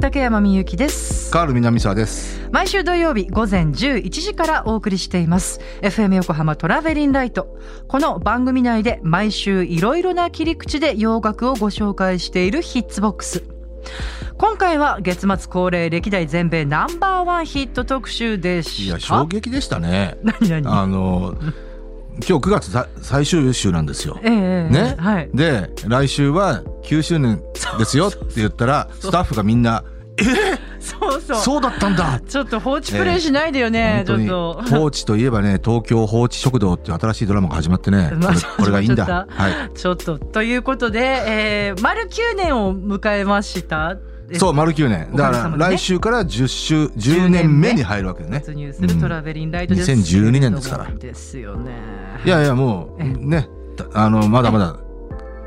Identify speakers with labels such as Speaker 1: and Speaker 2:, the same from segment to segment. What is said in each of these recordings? Speaker 1: 竹山みゆきです
Speaker 2: カール南沢です。
Speaker 1: 毎週土曜日午前11時からお送りしています FM 横浜トラベリンライトこの番組内で毎週いろいろな切り口で洋楽をご紹介しているヒッツボックス今回は月末恒例歴代全米ナンバーワンヒット特集で
Speaker 2: い
Speaker 1: し
Speaker 2: や、
Speaker 1: た
Speaker 2: 衝撃でしたね。
Speaker 1: 何何
Speaker 2: あの、今日9月さ最終週なんですよ。
Speaker 1: ええええ
Speaker 2: ね、
Speaker 1: はい
Speaker 2: で、来週は9周年ですよって言ったら、スタッフがみんな、
Speaker 1: そうそう
Speaker 2: そうだったんだ
Speaker 1: ちょっと放置プレイしないでよね、
Speaker 2: 本当に
Speaker 1: ちょっと
Speaker 2: 高知といえばね東京放置食堂っていう新しいドラマが始まってね
Speaker 1: まあ
Speaker 2: これこれがいいんだ
Speaker 1: 始まっち
Speaker 2: は
Speaker 1: ちょっとということで、えー、丸9年を迎えました
Speaker 2: いそう丸9年
Speaker 1: おか
Speaker 2: だ
Speaker 1: げさ
Speaker 2: か
Speaker 1: まで
Speaker 2: ら
Speaker 1: ね
Speaker 2: 来週から10週10年目に入るわけね
Speaker 1: 突入するトラベリンライトです、
Speaker 2: 2012年ですから
Speaker 1: ですよね
Speaker 2: いやいやもう
Speaker 1: ええ
Speaker 2: ねたあのまだまだ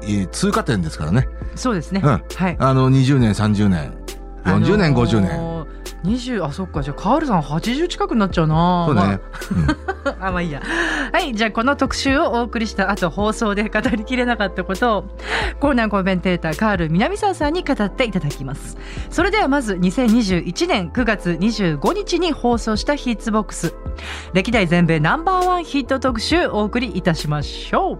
Speaker 2: いい通過点ですからね
Speaker 1: そうですね、
Speaker 2: うん
Speaker 1: はい
Speaker 2: あの20年30年40年50年
Speaker 1: 二十あそっかじゃあカールさん80近くになっちゃうな
Speaker 2: そうだね
Speaker 1: ま ああまあいいやはいじゃあこの特集をお送りした後放送で語りきれなかったことをコーナーコメンテーターカール南沢さんに語っていただきますそれではまず2021年9月25日に放送したヒッツボックス歴代全米ナンバーワンヒット特集お送りいたしましょう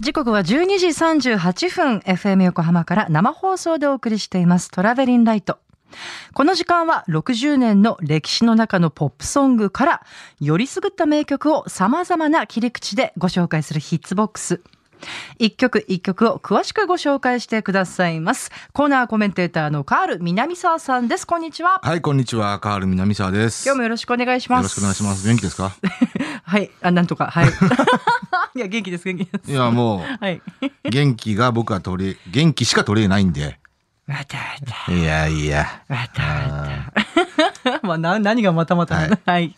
Speaker 1: 時刻は12時38分 FM 横浜から生放送でお送りしていますトラベリンライトこの時間は60年の歴史の中のポップソングからよりすぐった名曲を様々な切り口でご紹介するヒッツボックス一曲一曲を詳しくご紹介してくださいますコーナーコメンテーターのカール南沢さんですこんにちは
Speaker 2: はいこんにちはカール南沢です
Speaker 1: 今日も
Speaker 2: よ
Speaker 1: よろしくお願いします
Speaker 2: ろしくお願いします元気ですか
Speaker 1: はいあなんとか はいいや元気です元気です
Speaker 2: いやも
Speaker 1: はい。
Speaker 2: う元気が僕は取り元気しか取り得ないんで
Speaker 1: わたわた
Speaker 2: いやいや
Speaker 1: わたわた。 まあな何がまたまたなの、はい、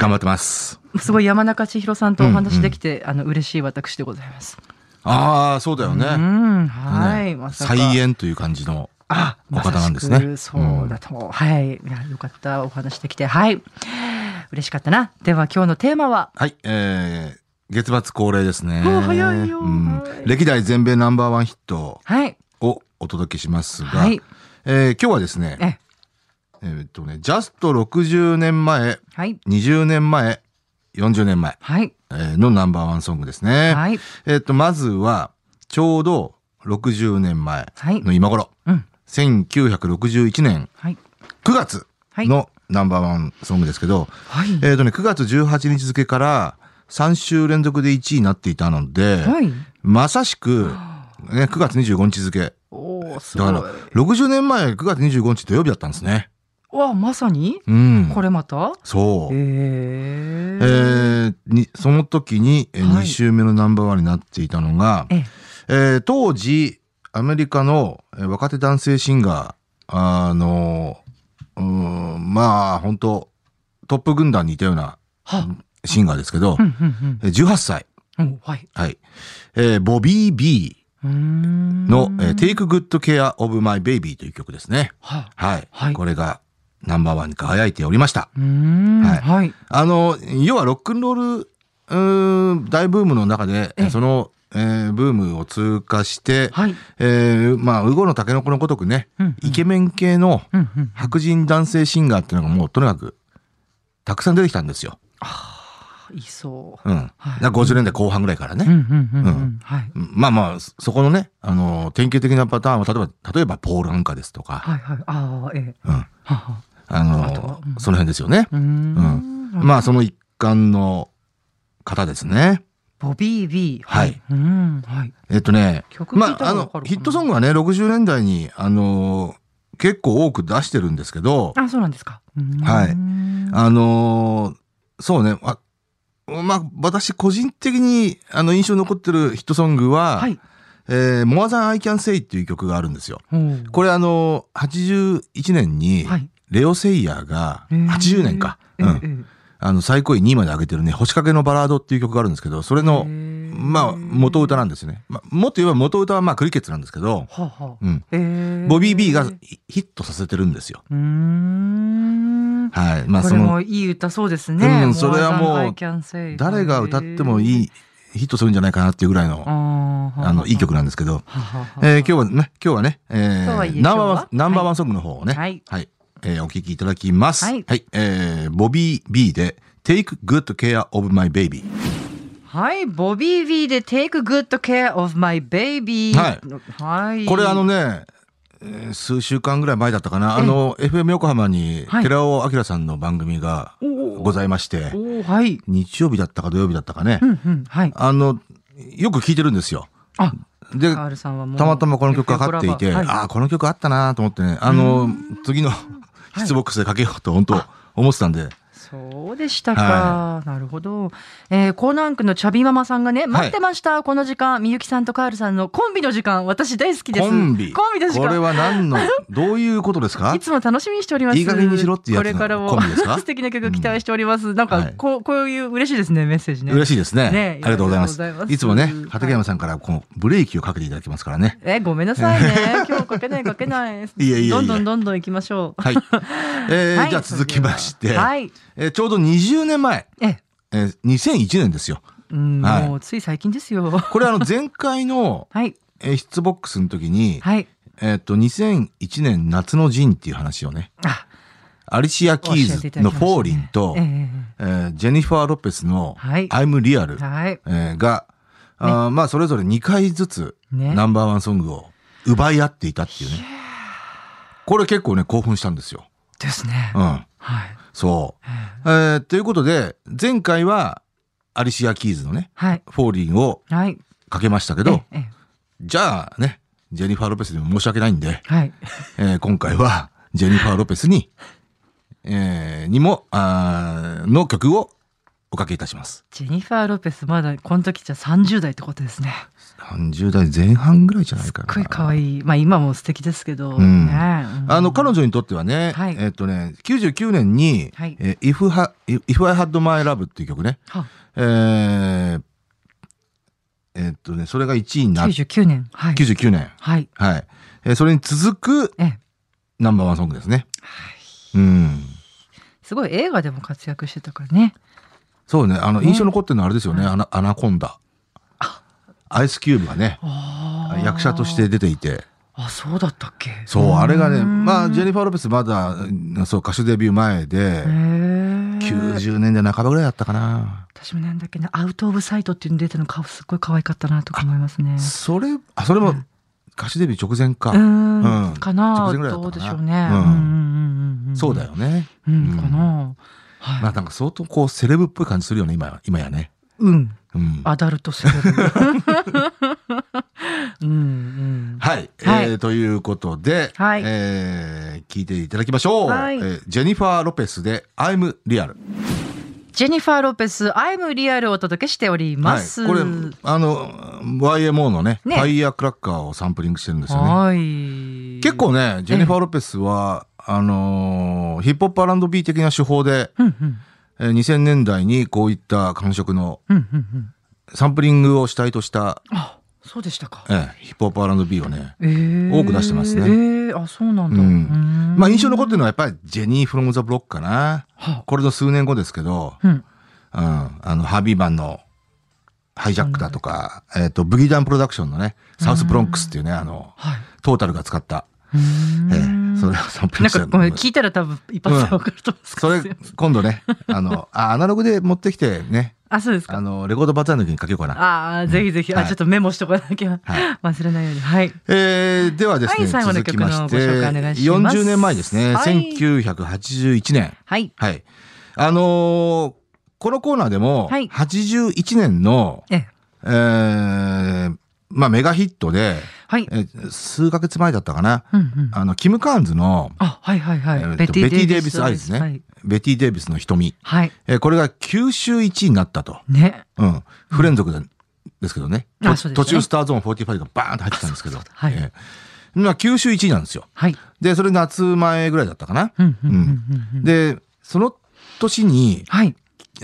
Speaker 2: 頑張ってます
Speaker 1: すごい山中千尋さんとお話できて、あの嬉しい私でございます。
Speaker 2: ああそうだよね、
Speaker 1: うんはい、
Speaker 2: ね
Speaker 1: まさか
Speaker 2: 再演という感じの
Speaker 1: あ
Speaker 2: お方なんです
Speaker 1: まさし
Speaker 2: ね。
Speaker 1: くそうだと思う、はいいやよかったお話できてはい嬉しかったなでは今日のテーマは
Speaker 2: はい、えー、月末恒例ですね。
Speaker 1: お早いよ
Speaker 2: うん
Speaker 1: はい
Speaker 2: 歴代全米ナンバーワンヒット
Speaker 1: はい
Speaker 2: をお届けしますが、
Speaker 1: はい
Speaker 2: えー今日はですね、
Speaker 1: え
Speaker 2: えーっとね、ジャスト60年前、
Speaker 1: はい
Speaker 2: 20年前、40年前、
Speaker 1: はい
Speaker 2: えーのナンバーワンソングですね。
Speaker 1: はい
Speaker 2: えーっと、まずは、ちょうど60年前の今頃、
Speaker 1: うん
Speaker 2: 1961年
Speaker 1: はい
Speaker 2: 9月のナンバーワンソングですけど、
Speaker 1: はい
Speaker 2: えーとね、9月18日付から3週連続で1位になっていたので、
Speaker 1: はい
Speaker 2: まさしく、ね、9月25日付。
Speaker 1: おおす
Speaker 2: だ
Speaker 1: ご
Speaker 2: か
Speaker 1: い
Speaker 2: ら、60年前、9月25日土曜日だったんですね。
Speaker 1: わまさに
Speaker 2: うん。
Speaker 1: これまた、
Speaker 2: そう。え
Speaker 1: え
Speaker 2: ーにその時に、え
Speaker 1: はい
Speaker 2: 2週目のナンバーワンになっていたのが、
Speaker 1: ええ
Speaker 2: えー当時、アメリカのえー若手男性シンガー、あの、うーんまあ、本当トップ軍団にいたような
Speaker 1: は
Speaker 2: シンガーですけど
Speaker 1: う、んうん
Speaker 2: えー18歳。
Speaker 1: うんうんはい
Speaker 2: はい。えーボビー・ビー
Speaker 1: の
Speaker 2: の「えー Take Good Care of My Baby」という曲ですね。
Speaker 1: は
Speaker 2: はい。
Speaker 1: はい
Speaker 2: これがナンバーワンに輝いておりました。
Speaker 1: うーん
Speaker 2: はい
Speaker 1: はい
Speaker 2: あの、要はロックンロールうーん大ブームの中で
Speaker 1: ええ、
Speaker 2: その、えーブームを通過して、
Speaker 1: はい
Speaker 2: えーまあ、ウゴのタケノコのごとくね、
Speaker 1: うんうん
Speaker 2: イケメン系の
Speaker 1: うんうん
Speaker 2: 白人男性シンガーっていうのがもうとにかくたくさん出てきたんですよ。
Speaker 1: いそう
Speaker 2: うん。
Speaker 1: はい
Speaker 2: だから50年代後半ぐらいからね。
Speaker 1: うんうんうんう
Speaker 2: うん
Speaker 1: はい
Speaker 2: まあまあ、そそこのね、あの、典型的なパターンは、例えば、例えば、ポール・アンカですとか、
Speaker 1: はいはいああええ
Speaker 2: うん、
Speaker 1: はは
Speaker 2: あ
Speaker 1: あとは
Speaker 2: の、
Speaker 1: うん
Speaker 2: その辺ですよね。
Speaker 1: うーん
Speaker 2: まあ、その一環の方ですね。
Speaker 1: ボビー・ビー
Speaker 2: はい
Speaker 1: うんはい
Speaker 2: えっとね、
Speaker 1: 曲聞
Speaker 2: ま
Speaker 1: いた
Speaker 2: あ、
Speaker 1: らわ
Speaker 2: あの
Speaker 1: かるかな、
Speaker 2: ヒットソングはね、60年代に、あの、結構多く出してるんですけど、
Speaker 1: あそうなんですか
Speaker 2: はい
Speaker 1: い
Speaker 2: あの、そうね、あまあ、私個人的に、あの、印象に残ってるヒットソングは、
Speaker 1: はい
Speaker 2: えー、More Than I Can Say っていう曲があるんですよ。
Speaker 1: ほう
Speaker 2: これあの、81年に、
Speaker 1: はい
Speaker 2: レオ・セイヤーが、
Speaker 1: えー
Speaker 2: 80年か。
Speaker 1: え
Speaker 2: う
Speaker 1: え
Speaker 2: ん。あの、最高位2位まで上げてるね、星掛けのバラードっていう曲があるんですけど、それの、
Speaker 1: ええ
Speaker 2: まあ、元歌なんですよね。まあ、もっと言えば元歌はまあ、クリケッツなんですけど、
Speaker 1: はは
Speaker 2: うん。
Speaker 1: ええ
Speaker 2: ボビー・ビーが
Speaker 1: う
Speaker 2: ヒットさせてるんですよ。
Speaker 1: ーん
Speaker 2: はい。まあ、
Speaker 1: こ
Speaker 2: そ
Speaker 1: れ
Speaker 2: の、
Speaker 1: もいい歌そうですね。
Speaker 2: うんそれはも
Speaker 1: More than
Speaker 2: う
Speaker 1: I can say
Speaker 2: 誰が歌ってもいい、ヒットするんじゃないかなっていうぐらいの、
Speaker 1: あー
Speaker 2: あの、いい曲なんですけど、
Speaker 1: はははは
Speaker 2: えー、今日はね、今日はね、え
Speaker 1: 今日はいい
Speaker 2: ー、
Speaker 1: 今
Speaker 2: ナ
Speaker 1: 日
Speaker 2: ンバーワ
Speaker 1: は
Speaker 2: ン、ナンバーワンソングの方をね、
Speaker 1: はい
Speaker 2: えーお聴きいただきます。
Speaker 1: は
Speaker 2: はいい、えー、ボビー B で、Take Good Care of My Baby。
Speaker 1: はい、ボビー・ビーで Take Good Care of My Baby。。
Speaker 2: はい
Speaker 1: はい、
Speaker 2: これあの、ね、えー数週間ぐらい前だったかな、あの、FM 横浜に
Speaker 1: はい、
Speaker 2: 寺尾明さんの番組が
Speaker 1: おー
Speaker 2: ございまして、
Speaker 1: おーはい。
Speaker 2: 日曜日だったか土曜日だったかね、
Speaker 1: うんうん、はい。
Speaker 2: あの、よく聴いてるんですよ。
Speaker 1: あ、
Speaker 2: で、
Speaker 1: カールさんはもう。
Speaker 2: たまたまこの曲かかっていて、
Speaker 1: はい
Speaker 2: ああ、この曲あったなと思ってね、あの、次のヒッツボックスでかけようと本当思ってたんで、
Speaker 1: そうでしたか。なるほど。えー、コーナンクのチャビママさんがね、待ってました。この時間、みゆきさんとカールさんのコンビの時間、私大好きです。
Speaker 2: コンビ。
Speaker 1: コンビの時
Speaker 2: これ
Speaker 1: 間。
Speaker 2: は何の、どういうことですか
Speaker 1: いつも楽しみにしております。
Speaker 2: いい加減にしろっていう
Speaker 1: こ
Speaker 2: やつの
Speaker 1: れからも
Speaker 2: コンビですか
Speaker 1: 素敵な曲期待しております。なんか、
Speaker 2: はい
Speaker 1: こう、こういう嬉しいですね、メッセージね。
Speaker 2: 嬉しいですね
Speaker 1: ね
Speaker 2: ありがとうございます。
Speaker 1: ありがとうございます
Speaker 2: いつもね
Speaker 1: うん、
Speaker 2: 畠山さんからこのブレーキをかけていただきますからね。
Speaker 1: え、ごめんなさいね。 今日かけないかけない。
Speaker 2: いやいやいや
Speaker 1: どんどんどんどん行きましょう。
Speaker 2: はい。え
Speaker 1: は
Speaker 2: ー
Speaker 1: い
Speaker 2: じゃあ続きまして、
Speaker 1: はい。
Speaker 2: えーちょうど20年前、
Speaker 1: え、
Speaker 2: えー2001年ですよ。
Speaker 1: うん、
Speaker 2: はい
Speaker 1: もうつい最近ですよ。
Speaker 2: こ れあの前回の
Speaker 1: はい。
Speaker 2: えーヒッツボックスの時に、
Speaker 1: はい。
Speaker 2: えーっと、2001年夏の陣っていう話をね、
Speaker 1: あ、
Speaker 2: アリシア・キーズのフォーリンと、
Speaker 1: ええ
Speaker 2: えージェニファー・ロペスの
Speaker 1: はい
Speaker 2: 「アイム・リアル」
Speaker 1: はい。
Speaker 2: えーが、あーまあそれぞれ2回ずつ
Speaker 1: ね
Speaker 2: ナンバーワンソングを奪い合っていたっていうねこれ結構ね興奮したんですよ。
Speaker 1: ですね。
Speaker 2: うん、
Speaker 1: はい。
Speaker 2: そう、えーということで前回はアリシア・キーズのね
Speaker 1: はい。
Speaker 2: 「フォーリン」を
Speaker 1: はい。
Speaker 2: かけましたけど
Speaker 1: ええ
Speaker 2: じゃあねジェニファー・ロペスにも申し訳ないんで、
Speaker 1: はい。
Speaker 2: えー今回はジェニファー・ロペスに、えーにもあーの曲をおかけいたします。
Speaker 1: ジェニファー・ロペス、まだこの時じゃ30代ってことですね。
Speaker 2: 30代前半ぐらいじゃない
Speaker 1: すっ
Speaker 2: かな。
Speaker 1: ごい可愛い。まあ今も素敵ですけど。
Speaker 2: ん
Speaker 1: ねうん
Speaker 2: あの、彼女にとってはね、
Speaker 1: はい
Speaker 2: えっとね、99年に、
Speaker 1: はい
Speaker 2: えー If, Ha- If I Had My Love っていう曲ね、
Speaker 1: は
Speaker 2: えーえっとね、それが1位になっ
Speaker 1: 99年。はい。
Speaker 2: 99年。
Speaker 1: はい。
Speaker 2: はい。えーそれに続く
Speaker 1: ええ
Speaker 2: ナンバーワンソングですね。
Speaker 1: はい
Speaker 2: うん。
Speaker 1: すごい映画でも活躍してたからね。
Speaker 2: そうね、あの、印象残ってるのはあれですよね、アナアナコンダ。アイスキューブがね、
Speaker 1: あー
Speaker 2: 役者として。出ていて。
Speaker 1: あ、そうだったっけ
Speaker 2: そう、あれがね、まあ、ジェ
Speaker 1: ニ
Speaker 2: ニファー・ロペスまだ、うんそう、歌手デビュー前
Speaker 1: へ
Speaker 2: で、
Speaker 1: ー
Speaker 2: 90年代半ばぐらいだったかな。
Speaker 1: 私もなんだっけな、アウト・オブ・サイトっていうの出てるの顔すっごい可愛かったなとか思いますね。
Speaker 2: それ、あ、それも歌手デビュー直前か。
Speaker 1: うーん、
Speaker 2: うん
Speaker 1: かな
Speaker 2: 直前ぐらいだ
Speaker 1: どう
Speaker 2: った
Speaker 1: で
Speaker 2: か
Speaker 1: し
Speaker 2: な
Speaker 1: ょうね。
Speaker 2: うん
Speaker 1: うんうんうんうん
Speaker 2: そうだ。よね。
Speaker 1: うん、かな。はい。
Speaker 2: まあなんか相当こうセレブっぽい感じするよね、今や、今やね。
Speaker 1: うん、
Speaker 2: うん。
Speaker 1: アダルトセレ ブ。うんうん。
Speaker 2: はい、
Speaker 1: はい
Speaker 2: えーということで、
Speaker 1: はい
Speaker 2: えー聞いていただきましょう。
Speaker 1: はい
Speaker 2: えージェニファー・ロペスで、I'm Real。
Speaker 1: ジェニファー・ロペス、アイム・リアルをお届けしておりま
Speaker 2: はい。
Speaker 1: す。
Speaker 2: これ、あの、YMO のね、
Speaker 1: ね
Speaker 2: ファイヤークラッカーをサンプリングしてるんですよね。
Speaker 1: はい。
Speaker 2: 結構ね、ジェニファー・ロペスは、あのーヒップホップ &B 的な手法で、
Speaker 1: うんうん
Speaker 2: えー2000年代にこういった感触の
Speaker 1: うんうんうん。
Speaker 2: サンプリングを主体とした、
Speaker 1: あ、そうでしたか。
Speaker 2: えーヒップホップ &B をね、
Speaker 1: えー
Speaker 2: 多く出してますね
Speaker 1: えーあ、そうなんだ。
Speaker 2: うん
Speaker 1: うーん
Speaker 2: まあ印象に残ってるのはやっぱりジェニー・フロム・ザ・ブロックかな。
Speaker 1: は
Speaker 2: これの数年後ですけど、
Speaker 1: あうん。
Speaker 2: うん、あの、ハービーマンのハイジャックだとか、えっ、と、ブギーダンプロダクションのね、サウス・ブロンクスっていうね、あの、
Speaker 1: はい。
Speaker 2: トータルが使った、
Speaker 1: うー
Speaker 2: え
Speaker 1: ん
Speaker 2: ーそれをサンプリ
Speaker 1: なん
Speaker 2: ングして
Speaker 1: か
Speaker 2: る
Speaker 1: ごめん聞いたら多分一発で分かると思うんですけ
Speaker 2: そ
Speaker 1: ど、
Speaker 2: れ、今 度ね、あの、あアナログで持ってきてね、
Speaker 1: あそうです
Speaker 2: あ
Speaker 1: か
Speaker 2: の、レコードバターンの時にかけようかな。
Speaker 1: ああぜひぜひ、
Speaker 2: は
Speaker 1: あ
Speaker 2: い
Speaker 1: ちょっとメモしとかなきゃ、
Speaker 2: は
Speaker 1: 忘れないようにはい
Speaker 2: えーではですね、
Speaker 1: はい最後の
Speaker 2: 続
Speaker 1: 曲
Speaker 2: き
Speaker 1: の
Speaker 2: まして、
Speaker 1: ご紹介お願いします
Speaker 2: 40年前ですね、
Speaker 1: はい
Speaker 2: 1981年。
Speaker 1: はい
Speaker 2: はい。あのーこのコーナーでも、
Speaker 1: はい
Speaker 2: 81年の、
Speaker 1: ええ
Speaker 2: えーまあメガヒットで、
Speaker 1: はい
Speaker 2: えー数ヶ月前だったかな、
Speaker 1: うんうん
Speaker 2: あの、キム・カーンズの、
Speaker 1: あはいはいはい、
Speaker 2: えーベティ・デイビス・アイズ
Speaker 1: は
Speaker 2: ね
Speaker 1: い、、
Speaker 2: ベティ・デイビスの瞳、
Speaker 1: はい、
Speaker 2: えーこれが9週1位になったと。
Speaker 1: ね
Speaker 2: うん。不連続でですけどね。
Speaker 1: あ
Speaker 2: と
Speaker 1: そうですね
Speaker 2: 途中スターゾーン45がバーンと入ってたんですけど。
Speaker 1: あそうだそうだはい
Speaker 2: ええまあ、九州1位なんですよ。
Speaker 1: はい
Speaker 2: で、それ夏前ぐらいだったかな。
Speaker 1: うんうんうんうんうん
Speaker 2: で、その年に、
Speaker 1: はい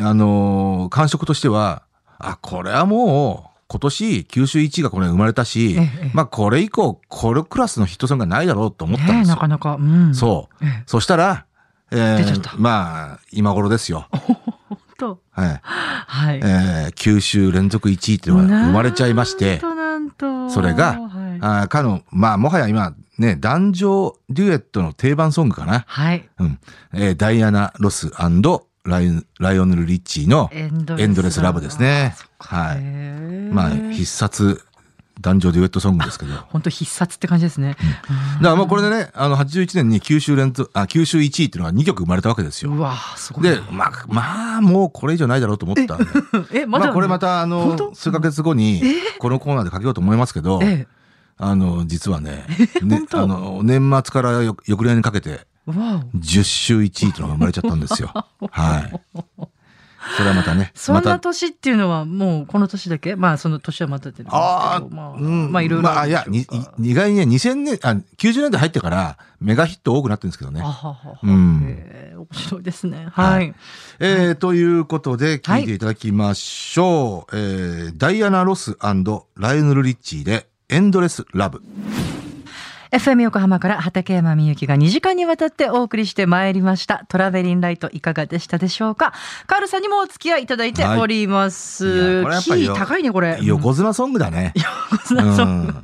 Speaker 2: あのー感触としては、あ、これはもう、今年、九州1位がこれ生まれたし
Speaker 1: ええ、
Speaker 2: まあ、これ以降、これクラスのヒットソングがないだろうと思ったん
Speaker 1: ね
Speaker 2: です
Speaker 1: な
Speaker 2: よ。
Speaker 1: かなかうんう
Speaker 2: そう。
Speaker 1: ええ
Speaker 2: そしたら、え
Speaker 1: 出
Speaker 2: え
Speaker 1: ちゃった
Speaker 2: まあ、今頃ですよ。
Speaker 1: と
Speaker 2: はい。
Speaker 1: はい。
Speaker 2: えー、9週連続1位っていうのが生まれちゃいまし
Speaker 1: な
Speaker 2: て、
Speaker 1: んとなんと
Speaker 2: それが
Speaker 1: はい。
Speaker 2: あーかの、まあ、もはや今、ね、男女デュエットの定番ソングかな。
Speaker 1: はい
Speaker 2: うん。えーダイアナ・ロスライライオネル・リッチーの、
Speaker 1: エンド
Speaker 2: エンドレスラブですね
Speaker 1: そっか
Speaker 2: はい
Speaker 1: へー
Speaker 2: まあ、必殺男女デュエットソングですけど。だか
Speaker 1: 本当必殺って感じですね。
Speaker 2: らもうこれでね、あの、81年に九州連続、あ、九州1位っていうのが2曲生まれたわけですよ。
Speaker 1: うわーすごいな。
Speaker 2: で、まあ、まあ、もうこれ以上ないだろうと思ったんで。
Speaker 1: え
Speaker 2: ま
Speaker 1: まだ、
Speaker 2: あ、これまた、あ
Speaker 1: 本
Speaker 2: の、
Speaker 1: 当
Speaker 2: 数ヶ月後に、このコーナーでかけようと思いますけど、
Speaker 1: ええ
Speaker 2: あの、実 はね、ね
Speaker 1: 本当
Speaker 2: あの、年末からよ翌年にかけて、
Speaker 1: うわ
Speaker 2: 10週1位というのが生まれちゃったんで すよ。はい。それはまたね、
Speaker 1: そ
Speaker 2: ま
Speaker 1: んな
Speaker 2: た、
Speaker 1: 年っていうのはもうこの年だけまあその年はまたって
Speaker 2: あ
Speaker 1: あ
Speaker 2: ー
Speaker 1: まあ、
Speaker 2: うん
Speaker 1: まあいろいろ
Speaker 2: まあ、
Speaker 1: る
Speaker 2: い
Speaker 1: でし
Speaker 2: や
Speaker 1: ょ、う
Speaker 2: にい
Speaker 1: か
Speaker 2: 意外にね、2000年、あ、90年代入ってから、メガヒット多くなってるんですけどね
Speaker 1: あ。ははは、
Speaker 2: うん
Speaker 1: へー面白いですねはい、
Speaker 2: えー、ということで、聞いていただきましょう。えー、ダイアナ・ロスライオネル・リッチーで、エンドレス・ラブ。
Speaker 1: FM 横浜から畠山みゆきが2時間にわたってお送りしてまいりましたトラベリンライトいかがでしたでしょうかカールさんにもお付き合いいただいております、
Speaker 2: はいいやこれやっぱり
Speaker 1: キー
Speaker 2: よ
Speaker 1: 高いねこれ
Speaker 2: 横綱ソングだね。
Speaker 1: うんそう
Speaker 2: うん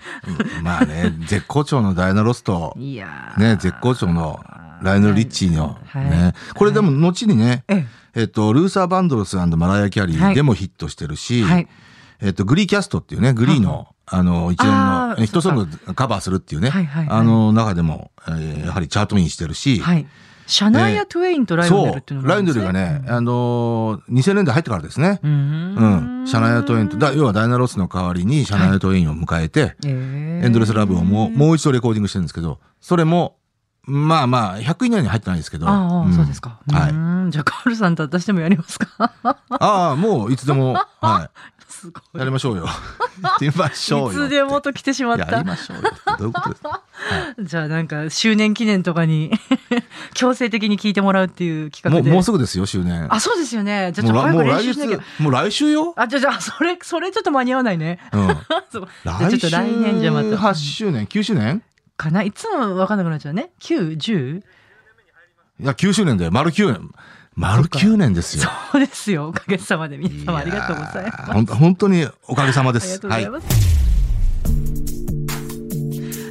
Speaker 2: まあね、絶好調のダイアナ・ロスと、
Speaker 1: いやー
Speaker 2: ね、絶好調のライオネル・リッチーの、
Speaker 1: はい
Speaker 2: ね。これでも、後にね、
Speaker 1: え
Speaker 2: えっと、ルーサー・バンドルスマライア・キャリ
Speaker 1: は
Speaker 2: ー
Speaker 1: い
Speaker 2: でもヒットしてる
Speaker 1: え
Speaker 2: し、
Speaker 1: はい
Speaker 2: えっと、グリーキャストっていうね、グリーの、あの、一連
Speaker 1: あ
Speaker 2: の
Speaker 1: ー
Speaker 2: ヒットソングをカバーするっていうね、
Speaker 1: はいはいはい
Speaker 2: あの中でも、えーやはりチャートインしてるし、
Speaker 1: はいシャナイア・トゥエインとライオネ
Speaker 2: そ
Speaker 1: ルっていう
Speaker 2: う、
Speaker 1: のがあ
Speaker 2: ラ
Speaker 1: る
Speaker 2: イ
Speaker 1: ん
Speaker 2: ン
Speaker 1: で
Speaker 2: ド
Speaker 1: す
Speaker 2: ル
Speaker 1: ね
Speaker 2: がね、あのー、2000年代入ってからですね、
Speaker 1: う
Speaker 2: うんん、シャナイア・トゥエインと、だ要はダイアナ・ロスの代わりにシャナイア・トゥエインを迎えて、
Speaker 1: エ
Speaker 2: エ
Speaker 1: ン
Speaker 2: ンドレス・ラブをもうもう一度レコーディングしてるんですけど、それも、まあまあ、100位以内に入ってないですけど、
Speaker 1: ああ、
Speaker 2: ん
Speaker 1: そうですか。
Speaker 2: はい
Speaker 1: い。じゃあ、カールさんと私でもやりますか
Speaker 2: ああ、もういつでも、は
Speaker 1: すご
Speaker 2: い、
Speaker 1: い。
Speaker 2: やりましょ うよ。やりましょうよ
Speaker 1: い
Speaker 2: っ
Speaker 1: つ
Speaker 2: て。
Speaker 1: でもと来てしまっ
Speaker 2: やり
Speaker 1: た。
Speaker 2: ましょうよってどういうこ とですか
Speaker 1: じゃあ、なんか、周年記念とかに、 強制的に聞いてもらうっていう企
Speaker 2: も
Speaker 1: 画
Speaker 2: う
Speaker 1: で。
Speaker 2: もうすぐですよ、周年。
Speaker 1: あ、そうですよね。じゃあ、ち
Speaker 2: も
Speaker 1: ょ
Speaker 2: う
Speaker 1: っと早
Speaker 2: らもう
Speaker 1: く練
Speaker 2: 来
Speaker 1: 習しなき
Speaker 2: 月
Speaker 1: ゃ。、
Speaker 2: もう来週よ。
Speaker 1: あ、じゃあ、じゃ あ、それ、それちょっと間に合わない ね。
Speaker 2: うん、
Speaker 1: そうあちょ
Speaker 2: 来
Speaker 1: っと
Speaker 2: 週
Speaker 1: 来年じゃまた
Speaker 2: 8周年、9周年
Speaker 1: かないつもわかんなくなっちゃうね。9、10?
Speaker 2: いや、9周年だよ。丸9年。丸9年ですよ。
Speaker 1: そうですよ。おかげさまで。皆様ありがとうございます。
Speaker 2: やーほんと本当におかげさまで
Speaker 1: ありが
Speaker 2: す。
Speaker 1: とうございます。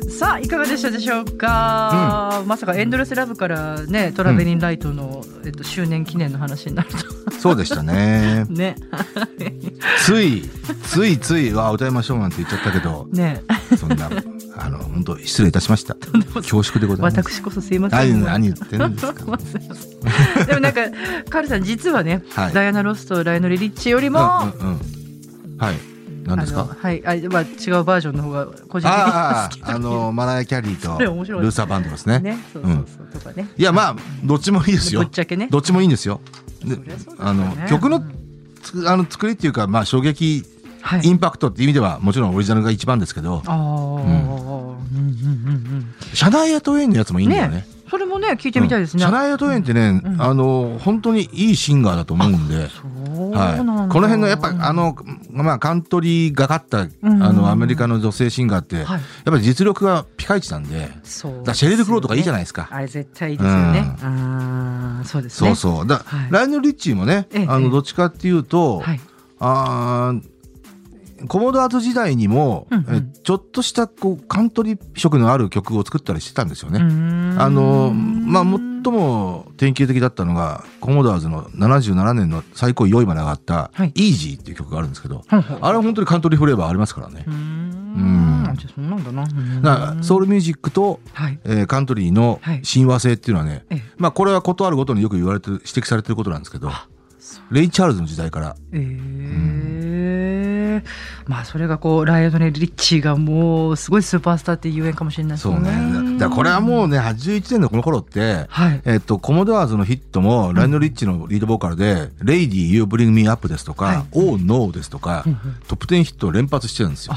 Speaker 1: さあいかがでしたでしょうか、まさかエンドレスラブからねトラベリンライトの、えっと、周年記念の話になるとは
Speaker 2: はい、そうでしたね。
Speaker 1: ね
Speaker 2: ついついついわあ歌いましょうなんて言っちゃったけど
Speaker 1: ね
Speaker 2: そんなあの本当失礼いたしました恐縮でございます
Speaker 1: 私こそすいませ
Speaker 2: 何
Speaker 1: ん
Speaker 2: 何言ってるんですか
Speaker 1: もうすいません でもなんかカールさん実はね、
Speaker 2: はい
Speaker 1: ダイアナ・ロスとライノリ・リッチよりも、
Speaker 2: うんうんうんはい何です
Speaker 1: あの
Speaker 2: か
Speaker 1: はいあ、まあ、違うバージョンの方が個人的に
Speaker 2: あ
Speaker 1: 好き
Speaker 2: ああのマライア・キャリーと
Speaker 1: それ面白い
Speaker 2: ルーサー・バンドですね
Speaker 1: ねそうそうそう、とかね
Speaker 2: いやまあどっちもいいですよ
Speaker 1: ぶっちゃけね
Speaker 2: どっちもいいんですよで
Speaker 1: そりゃそうですよ
Speaker 2: あ
Speaker 1: ね
Speaker 2: の曲
Speaker 1: う
Speaker 2: の
Speaker 1: ん
Speaker 2: つあの作りっていうかまあ衝撃
Speaker 1: はい
Speaker 2: インパクトって意味ではもちろんオリジナルが一番ですけど
Speaker 1: ああ、うん、うんうんうん
Speaker 2: シャナイア・トウェインのやつもいいんだよね
Speaker 1: それもね聞いてみたいですね。
Speaker 2: うんシャナイア・トウェインってね、
Speaker 1: うん
Speaker 2: あの本当にいいシンガーだと思うんで
Speaker 1: そう
Speaker 2: は、
Speaker 1: ないんだ
Speaker 2: この辺のやっぱあ、の、まあ、カントリーがかった、
Speaker 1: ん
Speaker 2: あのアメリカの女性シンガーって、や
Speaker 1: は
Speaker 2: っ
Speaker 1: い、
Speaker 2: ぱり実力がピカイチなんでだか
Speaker 1: そうですよね、
Speaker 2: らシェリル・クローとかいいじゃないですか
Speaker 1: あれ絶対いいですよね。
Speaker 2: う
Speaker 1: ああ、そうです
Speaker 2: そ
Speaker 1: ね。
Speaker 2: うそうだ、
Speaker 1: はい
Speaker 2: ライオネル・リッチーもね、
Speaker 1: ええ
Speaker 2: あ
Speaker 1: ええ
Speaker 2: のどっちかっていうと、
Speaker 1: はい。
Speaker 2: あーコモドアート時代にも、
Speaker 1: うんうん
Speaker 2: えちょっとしたこうカントリー色のある曲を作ったりしてたんですよね。
Speaker 1: あ
Speaker 2: あのまあ最も典型的だったのがコモドアーズの77年の最高位4位まで上がった
Speaker 1: はい
Speaker 2: 「イージーっていう曲があるんですけど、
Speaker 1: はいはい
Speaker 2: あれは本当にカントリーフレーバーありますからね
Speaker 1: うー。
Speaker 2: うん
Speaker 1: ん。あじゃあそうなんだな。うーん
Speaker 2: だからソウルミュージックと、
Speaker 1: はい。
Speaker 2: えーカントリーの
Speaker 1: はい
Speaker 2: 親和性っていうのはね、
Speaker 1: ええ
Speaker 2: まあこれはことあるごとによく言われてる指摘されてることなんですけど
Speaker 1: そ
Speaker 2: レイ・チャールズの時代から
Speaker 1: ええ。まあそれがこうライオネル・リッチーがもうすごいスーパースターっていうゆえんかもしれないです
Speaker 2: そうねだだからこれはもうね81年のこの頃って、
Speaker 1: はい。
Speaker 2: えっとコモドアーズのヒットもライノ・リッチのリードボーカルで「レイディー・ユー・ブリング・ミー・アップ」ですと
Speaker 1: はい
Speaker 2: か「オー・ノー」ですとか、
Speaker 1: うんうん
Speaker 2: トップ10ヒットを連発してるんですよ。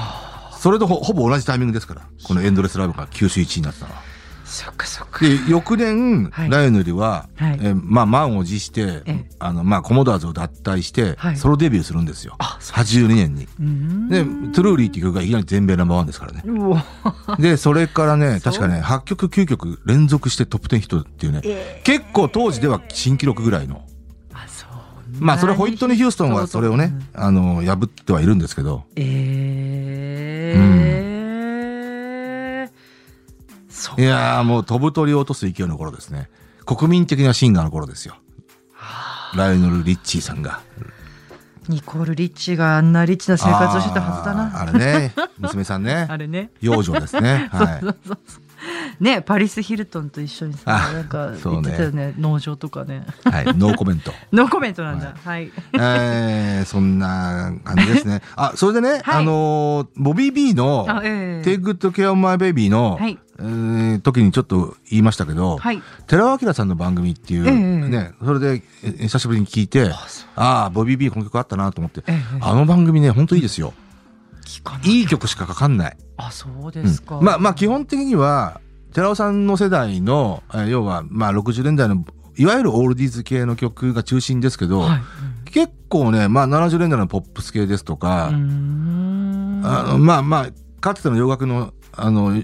Speaker 2: それとほほぼ同じタイミングですからこの「エンドレス・ラブ」が九州1位になってたのは。
Speaker 1: そっかそっか。
Speaker 2: で翌年、
Speaker 1: はい
Speaker 2: ライオネルは、
Speaker 1: はい
Speaker 2: えーまあ、満を持して
Speaker 1: ええ
Speaker 2: あの、まあ、コモドアーズを脱退して、
Speaker 1: はい
Speaker 2: ソロデビューするんですよ
Speaker 1: あそ
Speaker 2: 82年に。
Speaker 1: うーん
Speaker 2: で「トゥルーリー」っていう曲がいきなり全米ナンバーワンですからね。
Speaker 1: うわ。
Speaker 2: でそれからね
Speaker 1: そう
Speaker 2: 確かね8曲9曲連続してトップ10ヒットっていうね、結構当時では新記録ぐらいの
Speaker 1: あそう
Speaker 2: まあそれホイットニー・ヒューストンはそれをね、あの破ってはいるんですけど
Speaker 1: ええそう
Speaker 2: いやーもう飛ぶ鳥を落とす勢いの頃ですね国民的なシンガーの頃ですよライオネル・リッチーさんが
Speaker 1: ニコール・リッチがあんなリッチな生活をしてたはずだな
Speaker 2: あーあれね娘さんね
Speaker 1: あれね
Speaker 2: 養女です ねはい
Speaker 1: ねパリス・ヒルトンと一緒にさ
Speaker 2: あ
Speaker 1: なんか
Speaker 2: そ
Speaker 1: 言
Speaker 2: う
Speaker 1: っ
Speaker 2: ね
Speaker 1: てたよね農場とかね
Speaker 2: はい、ノーコメント。
Speaker 1: ノーコメントなんだはい、
Speaker 2: えー、そんな感じですね。あ、それでね、
Speaker 1: はい
Speaker 2: あのーボビー・ビーの
Speaker 1: あええ
Speaker 2: Take Good Care of My Baby の、
Speaker 1: はい
Speaker 2: えー時にちょっと言いましたけど、
Speaker 1: はい
Speaker 2: 寺尾明さんの番組っていう、
Speaker 1: ええ
Speaker 2: ね、それでえー久しぶりに聞いて、ああ、ボビー・ビーこの曲あったなと思って、
Speaker 1: ええ
Speaker 2: あの番組ね、本当いいですよ。
Speaker 1: 聞かない
Speaker 2: いい曲しかかかんない。
Speaker 1: あそうですか、
Speaker 2: うんまあまあ基本的には寺尾さんの世代のえー要はまあ60年代のいわゆるオールディーズ系の曲が中心ですけど、
Speaker 1: はい
Speaker 2: 結構ね、まあ、70年代のポップス系ですと
Speaker 1: うー
Speaker 2: か、
Speaker 1: ん
Speaker 2: あのまあまあかつての洋楽のあの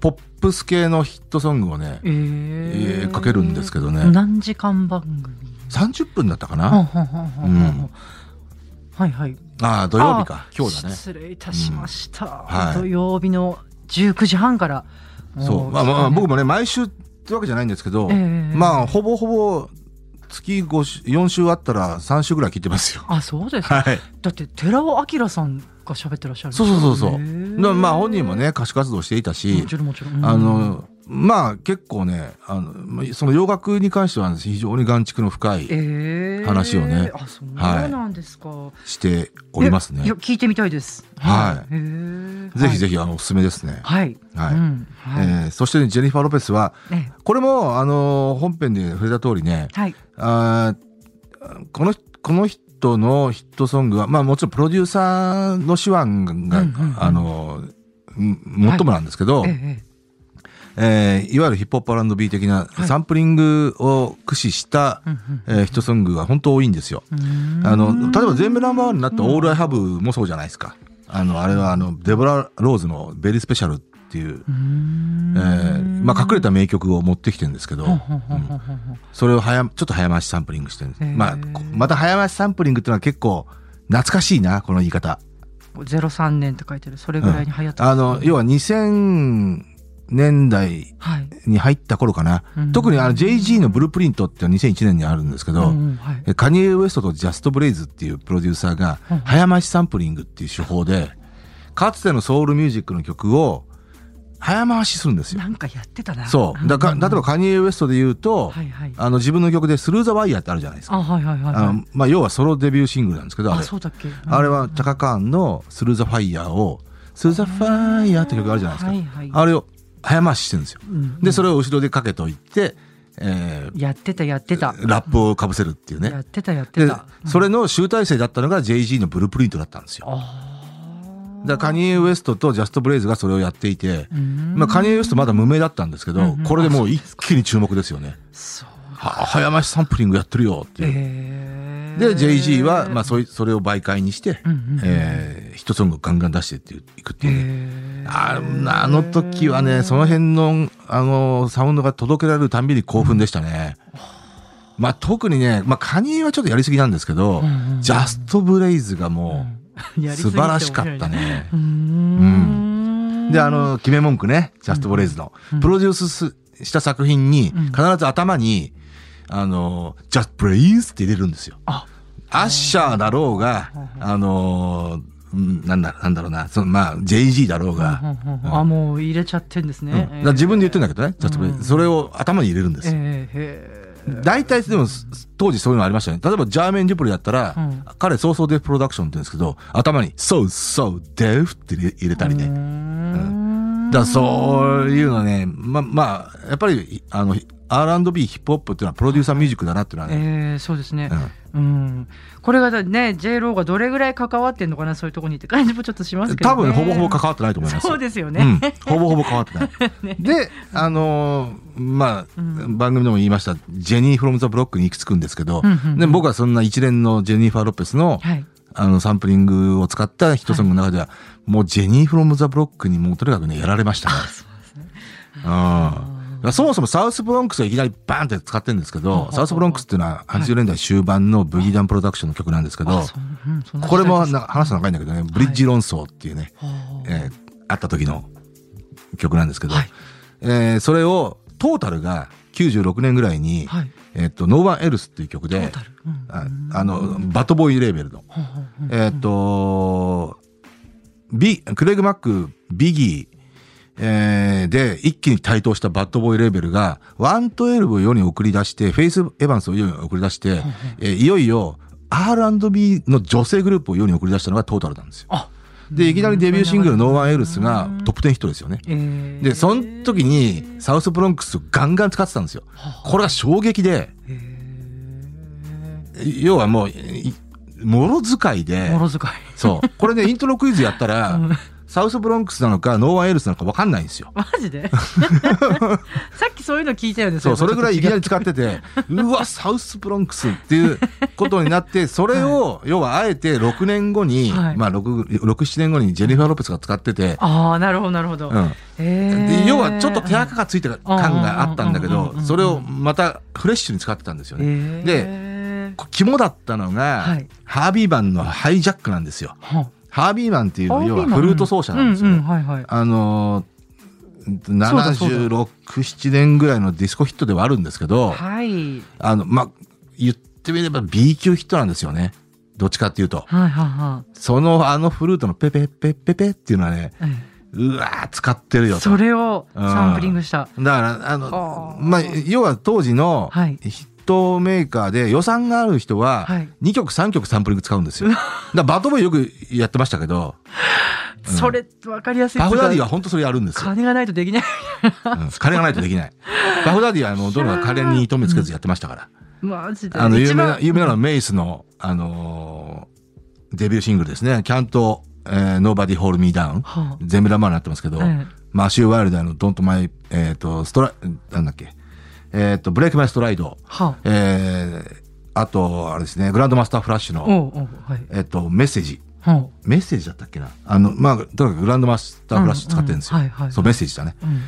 Speaker 2: ポップス系のヒットソングをね、
Speaker 1: え
Speaker 2: えーかけるんですけどね
Speaker 1: 何時間番組
Speaker 2: 30分だったか
Speaker 1: はん
Speaker 2: な、
Speaker 1: はんはんはんは
Speaker 2: うん
Speaker 1: んはいはい
Speaker 2: ああ土曜日か今日だね。
Speaker 1: 失礼いたしました、
Speaker 2: はい
Speaker 1: 土曜日の19時半から
Speaker 2: そうまあまあまあ、僕
Speaker 1: も
Speaker 2: もね毎週ってわけじゃないんですけど、
Speaker 1: ええ
Speaker 2: まあほぼほぼ月5週4週あったら3週ぐらい聞いてますよ。
Speaker 1: うあそうですか
Speaker 2: はい
Speaker 1: だって寺尾明さんが喋ってらっしゃる
Speaker 2: そうそうそうそう。だまあ本人も
Speaker 1: ね
Speaker 2: ね歌手活動していたし
Speaker 1: も、ちろんもちろん
Speaker 2: あのまあ結構ねあのまあその洋楽に関しては非常に眼蓄の深い
Speaker 1: ええ
Speaker 2: 話をね
Speaker 1: あそうなんですか、
Speaker 2: しております
Speaker 1: いやい
Speaker 2: ね
Speaker 1: や。聞いてみたいです
Speaker 2: はい
Speaker 1: へえ
Speaker 2: ぜひぜひあのおすすめですね。
Speaker 1: はい
Speaker 2: はい
Speaker 1: うん
Speaker 2: え
Speaker 1: はい
Speaker 2: ーそしてねジェニファー・ロペスは
Speaker 1: え
Speaker 2: これもあの本編で触れた通りね、
Speaker 1: えはい
Speaker 2: あーこのこの人のヒットソングはまあもちろんプロデューサーの手腕が、
Speaker 1: うんうんうん
Speaker 2: あのうん最もなんですけど、
Speaker 1: ええ
Speaker 2: えーいわゆるヒップホップ R&B 的な
Speaker 1: い
Speaker 2: サンプリングを駆使した、
Speaker 1: うん
Speaker 2: えーヒットソングが本当多いんですよ。
Speaker 1: うん
Speaker 2: あ
Speaker 1: う
Speaker 2: の
Speaker 1: ん
Speaker 2: 例えば全米ナンバーワンになった「オール・アイ・
Speaker 1: う
Speaker 2: ハブ」もそうじゃないですか。あのあれはあのデボラ・ローズの「ベリー・スペシャル」っていう、
Speaker 1: ん
Speaker 2: えーまあ、隠れた名曲を持ってきてるんですけど、
Speaker 1: ほんほんほんほんほんほん
Speaker 2: それを早ちょっと早回しサンプリングしてるんです、
Speaker 1: へー
Speaker 2: まあ、こまた早回しサンプリングっていうのは結構懐かしいなこの言い方。
Speaker 1: 03年って書いてるそれぐらいに流行った、
Speaker 2: あの要は2000年代
Speaker 1: はい
Speaker 2: に入った頃かな、
Speaker 1: うん
Speaker 2: 特にあの JG のブループリントっていうのは2001年にあるんですけど、
Speaker 1: うんうんはい
Speaker 2: えカニエ・ウエストとジャスト・ブレイズっていうプロデューサーが
Speaker 1: うん
Speaker 2: 早回しサンプリングっていう手法でかつてのソウルミュージックの曲を早回しするんですよ
Speaker 1: な。んかやってたな
Speaker 2: そうだから
Speaker 1: ん
Speaker 2: 例えばカニエ・ウエストで言うと、
Speaker 1: はいはい
Speaker 2: あの自分の曲で「スルー・ザ・ワイヤー」ってあるじゃないですか。
Speaker 1: あはいはいはいはい
Speaker 2: あのまあ、要はソロデビューシングルなんですけどあ
Speaker 1: あ
Speaker 2: れ
Speaker 1: そうだっけ、
Speaker 2: あれはチャカカーンの「スルー・ザ・ファイヤー」を「スルー・ザ・ファイヤー」って曲があるじゃないですか、
Speaker 1: はいはい
Speaker 2: あれを早回ししてるんですよ。
Speaker 1: うん
Speaker 2: でそれを後ろでかけといて、えー
Speaker 1: やってたやってた
Speaker 2: ラップをかぶせるっていうね
Speaker 1: やってたやって
Speaker 2: で
Speaker 1: た
Speaker 2: それの集大成だったのが JG のブループリントだったんですよ。
Speaker 1: あ
Speaker 2: だからカニエ・ウエストとジャスト・ブレイズがそれをやっていて、
Speaker 1: ーうん
Speaker 2: まあ、カニエ・ウエストまだ無名だったんですけど、
Speaker 1: うんうん
Speaker 2: これでもう一気に注目ですよね。
Speaker 1: そう
Speaker 2: は早回しサンプリングやってるよっていう。
Speaker 1: え
Speaker 2: で JG はまあそいそれを媒介にして、
Speaker 1: うんうんうん
Speaker 2: えーヒットソングをガンガン出してっていういくっていうね。
Speaker 1: へー
Speaker 2: ああの時はねその辺のあのサウンドが届けられるたんびに興奮でしたね。まあ、特にね、まあ、カニエはちょっとやりすぎなんですけど、
Speaker 1: うんうん
Speaker 2: ジャスト・ブレイズがもう
Speaker 1: やりす
Speaker 2: 素
Speaker 1: ぎて
Speaker 2: 晴らしかったね
Speaker 1: 面白い。うーん
Speaker 2: であの決め文句ねジャスト・ブレイズの、プロデュースすした作品に
Speaker 1: ん
Speaker 2: 必ず頭に「あのジャスト・ブレイズ」って入れるんですよ。
Speaker 1: あ
Speaker 2: アッシャーだろうが、あのうんなんだなんだろうなその、まあ、JG だろうが。
Speaker 1: うんうんうんあもう入れちゃってんです
Speaker 2: うんだ
Speaker 1: ね
Speaker 2: か、ら自分で言ってんだけどね、ジャストブレイズそれを頭に入れるんで
Speaker 1: え
Speaker 2: すよ。
Speaker 1: ーへー
Speaker 2: 大体でもす当時そういうのありましたよね。例えばジャーメン・デュプレだったら、
Speaker 1: うん
Speaker 2: 彼早々デフプロダクションって言うんですけど、頭に、そうそうデフって入れ入れたりね。
Speaker 1: うー
Speaker 2: だか
Speaker 1: ん
Speaker 2: らそういうのね、ま、まあ、やっぱり、あの、R&B、ヒップホップっていうのはプロデューサーミュージックだなっていうのはね、
Speaker 1: えー、そうですね、うん、これがだね J ローがどれぐらい関わってんのかなそういうとこにって感じもちょっとしますけど、ね、
Speaker 2: 多分ほぼほぼ関わってないと思いますよ。
Speaker 1: そうですよ
Speaker 2: う
Speaker 1: ね
Speaker 2: ん、ほぼほぼ変わってない。 で、あのーまあ、番組でも言いました、ジェニー・フロム・ザ・ブロックに行き着くんですけど、
Speaker 1: うんうんうん
Speaker 2: で僕はそんな一連のジェニーファー・ロペスの、
Speaker 1: はい
Speaker 2: あの、サンプリングを使ったヒットソングの中では、もうジェニー・フロム・ザ・ブロックにもうとにかくね、やられましたね。
Speaker 1: そうですね
Speaker 2: うんだからそもそもサウスブロンクスをいきなりバーンって使ってるんですけ
Speaker 1: ほうほう
Speaker 2: ど、
Speaker 1: ほう
Speaker 2: サウスブロンクスっていうのは80年代終盤のブギーダンプロダクションの曲なんですけど
Speaker 1: あ、そううんそんな時
Speaker 2: これ
Speaker 1: 代
Speaker 2: も
Speaker 1: です
Speaker 2: な話すの長いんだけどね、ブリッジ論争っていうね、
Speaker 1: はあ
Speaker 2: えーあった時の曲なんですけど、
Speaker 1: はい
Speaker 2: えーそれをトータルが96年ぐらいに、
Speaker 1: はい
Speaker 2: えっと、ノーワンエルスっていう曲
Speaker 1: トー
Speaker 2: で
Speaker 1: タ、ルうん
Speaker 2: ああの、バトボーイレーベルの、
Speaker 1: ほうほうほう
Speaker 2: えっと、ビ、クレイグ・マック、ビギー、えーで、一気に台頭したバッドボーイレーベルが、ワントエルブを世に送り出して、フェイス・エヴァンスを世に送り出して、えーいよいよ R&B の女性グループを世に送り出したのがトータルなんですよ。
Speaker 1: あ
Speaker 2: で、いきなりデビューシングルのノーワンエルスがトップ10ヒットですよね。
Speaker 1: えー
Speaker 2: で、その時にサウスブロンクスをガンガン使ってたんですよ。これが衝撃で、
Speaker 1: へー
Speaker 2: 要はもう、いもろ使いで、
Speaker 1: もの遣い
Speaker 2: そう。これね、イントロクイズやったら、
Speaker 1: うん
Speaker 2: サウスブロンクスなのか、ノーワンエルスなのか分かんないんです よ。
Speaker 1: マジ でさっきそういうの聞いたよね
Speaker 2: そう、それぐらいいきな
Speaker 1: り
Speaker 2: り使ってて、うわ、サウスブロンクスっていうことにな って、それを、要はあえて6年後に、
Speaker 1: はい
Speaker 2: まあ6、6、7年後にジェニファー・ロペスが使ってて、
Speaker 1: ああなるほどなるほど、
Speaker 2: うん。
Speaker 1: え
Speaker 2: で要はちょっと手垢がついた感があったんだけ
Speaker 1: うん
Speaker 2: ど
Speaker 1: うんうんうんうんうん
Speaker 2: それをまたフレッシュに使ってたんですよね。
Speaker 1: で
Speaker 2: こ肝だったのが、
Speaker 1: はい
Speaker 2: ハービーマンのハイジャックなんですよ。
Speaker 1: は
Speaker 2: ハービーマンっていうのは要はフルート奏者なんですよ
Speaker 1: う
Speaker 2: ね。
Speaker 1: んうんはいはい
Speaker 2: あのー、
Speaker 1: そうだそう
Speaker 2: 76、7年ぐらいのディスコヒットではあるんですけど、
Speaker 1: はい
Speaker 2: あの、まあ、言ってみれば B 級ヒットなんですよね。どっちかっていうと。
Speaker 1: はいはいは
Speaker 2: その、あのフルートのペペペペペっていうのはね、
Speaker 1: い、
Speaker 2: うわー、使ってる
Speaker 1: う
Speaker 2: よ
Speaker 1: ん
Speaker 2: と。
Speaker 1: そ
Speaker 2: だか
Speaker 1: れをサンプリングした、
Speaker 2: ら、あ
Speaker 1: は
Speaker 2: の、
Speaker 1: あ
Speaker 2: まあ、要は当時のヒ
Speaker 1: はい
Speaker 2: ットメーカーで予算がある人は
Speaker 1: はい、
Speaker 2: 2曲3曲サンプリング使う んですよ。だからバトボーイよくやってましたけど、うん
Speaker 1: それわかりやすい
Speaker 2: パフダディは本当それやるんですよ。
Speaker 1: 金がないとできない
Speaker 2: うん金がないとできない。バフダディはもうドルは金に糸目つけずやってましたから。
Speaker 1: マジで
Speaker 2: あの、有
Speaker 1: 一
Speaker 2: 名
Speaker 1: 番
Speaker 2: な、有名なのはメイスの、あのーデビューシングルですね。Can't、えー、Nobody Hold Me Down。
Speaker 1: は
Speaker 2: 全部ラマーになってますけど、
Speaker 1: あえ
Speaker 2: マシュー・ワイルダーの Don't My、えっ、と、ストラ、なんだっけ、えっ、と、Break My Stride。
Speaker 1: えは
Speaker 2: えー、あと、あれですね、グランドマスター・フラッシュ
Speaker 1: あ
Speaker 2: の、
Speaker 1: おうおうはい
Speaker 2: えっ、と、メッセージ。
Speaker 1: は
Speaker 2: メッセージだったっけなあの、まあ、とにかくグランドマスター・フラッシュ使ってるんですよ。
Speaker 1: うんうんはいはい
Speaker 2: そう、メッセージだね。
Speaker 1: あうん